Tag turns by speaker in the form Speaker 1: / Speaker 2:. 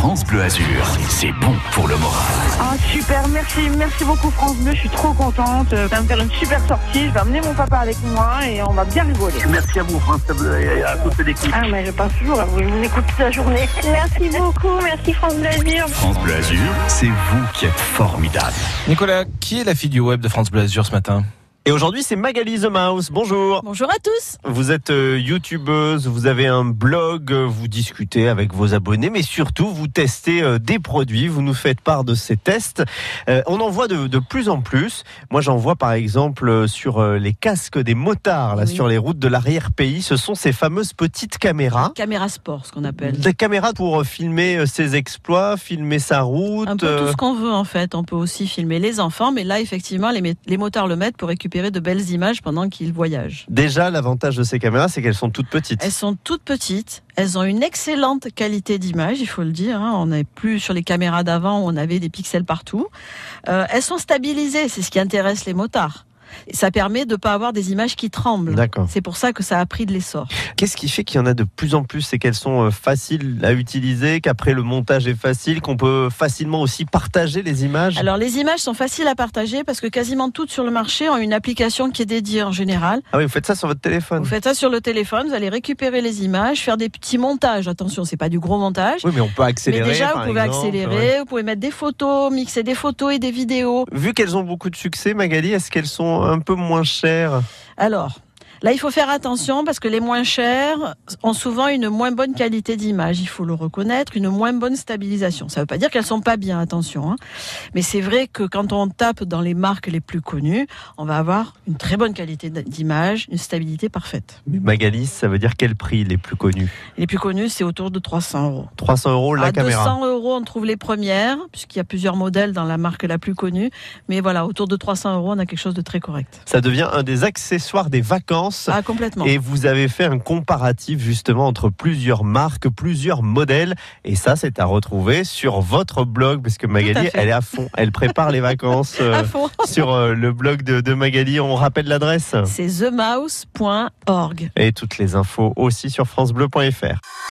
Speaker 1: France Bleu Azur, c'est bon pour le moral.
Speaker 2: Ah super, merci, merci beaucoup France Bleu, je suis trop contente. Euh, Ça va me faire une super sortie, je vais amener mon papa avec moi et on va bien rigoler.
Speaker 3: Merci à vous, France Bleu, et à toute l'équipe.
Speaker 2: Ah mais je passe toujours à vous, je vous écoute toute la journée.
Speaker 4: Merci beaucoup, merci France Bleu Azur.
Speaker 1: France Bleu Azur, c'est vous qui êtes formidable.
Speaker 5: Nicolas, qui est la fille du web de France Bleu Azur ce matin
Speaker 6: Et aujourd'hui, c'est Magali The Mouse. Bonjour.
Speaker 7: Bonjour à tous.
Speaker 6: Vous êtes euh, youtubeuse, vous avez un blog, euh, vous discutez avec vos abonnés, mais surtout, vous testez euh, des produits, vous nous faites part de ces tests. Euh, on en voit de, de plus en plus. Moi, j'en vois par exemple euh, sur euh, les casques des motards, là,
Speaker 7: Oui.
Speaker 6: sur les routes de l'arrière-pays. Ce sont ces fameuses petites caméras.
Speaker 7: Caméra sport, ce qu'on appelle.
Speaker 6: Des caméras pour euh, filmer euh, ses exploits, filmer sa route. euh,
Speaker 7: Un peu tout ce qu'on veut en fait. On peut aussi filmer les enfants, mais là effectivement les, mé- les motards le mettent pour récupérer de belles images pendant qu'ils voyagent.
Speaker 6: Déjà, l'avantage de ces caméras, c'est qu'elles sont toutes petites.
Speaker 7: Elles sont toutes petites, elles ont une excellente qualité d'image, il faut le dire. hein. On n'est plus sur les caméras d'avant où on avait des pixels partout. Euh, elles sont stabilisées, c'est ce qui intéresse les motards. Et ça permet de ne pas avoir des images qui tremblent.
Speaker 6: D'accord.
Speaker 7: C'est pour ça que ça a pris de l'essor.
Speaker 6: Qu'est-ce qui fait qu'il y en a de plus en plus C'est qu'elles sont euh, faciles à utiliser, qu'après le montage est facile, qu'on peut facilement aussi partager les images
Speaker 7: Alors les images sont faciles à partager parce que quasiment toutes sur le marché ont une application qui est dédiée en général.
Speaker 6: Ah oui, vous faites ça sur votre téléphone
Speaker 7: Vous faites ça sur le téléphone, vous allez récupérer les images, faire des petits montages. Attention, c'est pas du gros montage.
Speaker 6: Oui, mais on peut
Speaker 7: Mais
Speaker 6: accélérer.
Speaker 7: déjà, vous
Speaker 6: par
Speaker 7: pouvez
Speaker 6: exemple,
Speaker 7: accélérer,
Speaker 6: ouais.
Speaker 7: vous pouvez mettre des photos, mixer des photos et des vidéos.
Speaker 6: Vu qu'elles ont beaucoup de succès, Magali, est-ce qu'elles sont un peu moins chères
Speaker 7: Alors, là, il faut faire attention parce que les moins chers ont souvent une moins bonne qualité d'image, il faut le reconnaître, une moins bonne stabilisation. Ça ne veut pas dire qu'elles sont pas bien, attention. hein. Mais c'est vrai que quand on tape dans les marques les plus connues, on va avoir une très bonne qualité d'image, une stabilité parfaite.
Speaker 6: Mais Magali, ça veut dire quel prix les plus connus
Speaker 7: Les plus connues, c'est autour de 300 euros.
Speaker 6: 300 euros la
Speaker 7: à
Speaker 6: caméra.
Speaker 7: 200 euros, on trouve les premières, puisqu'il y a plusieurs modèles dans la marque la plus connue. Mais voilà, autour de 300 euros, on a quelque chose de très correct.
Speaker 6: Ça devient un des accessoires des vacances.
Speaker 7: Ah, complètement.
Speaker 6: Et vous avez fait un comparatif justement entre plusieurs marques, plusieurs modèles. Et ça, c'est à retrouver sur votre blog, parce que Magali,
Speaker 7: fait.
Speaker 6: elle est à fond. Elle prépare les vacances euh,
Speaker 7: À fond.
Speaker 6: sur euh, le blog de, de Magali. On rappelle l'adresse.
Speaker 7: C'est themouse.org.
Speaker 6: Et toutes les infos aussi sur FranceBleu.fr.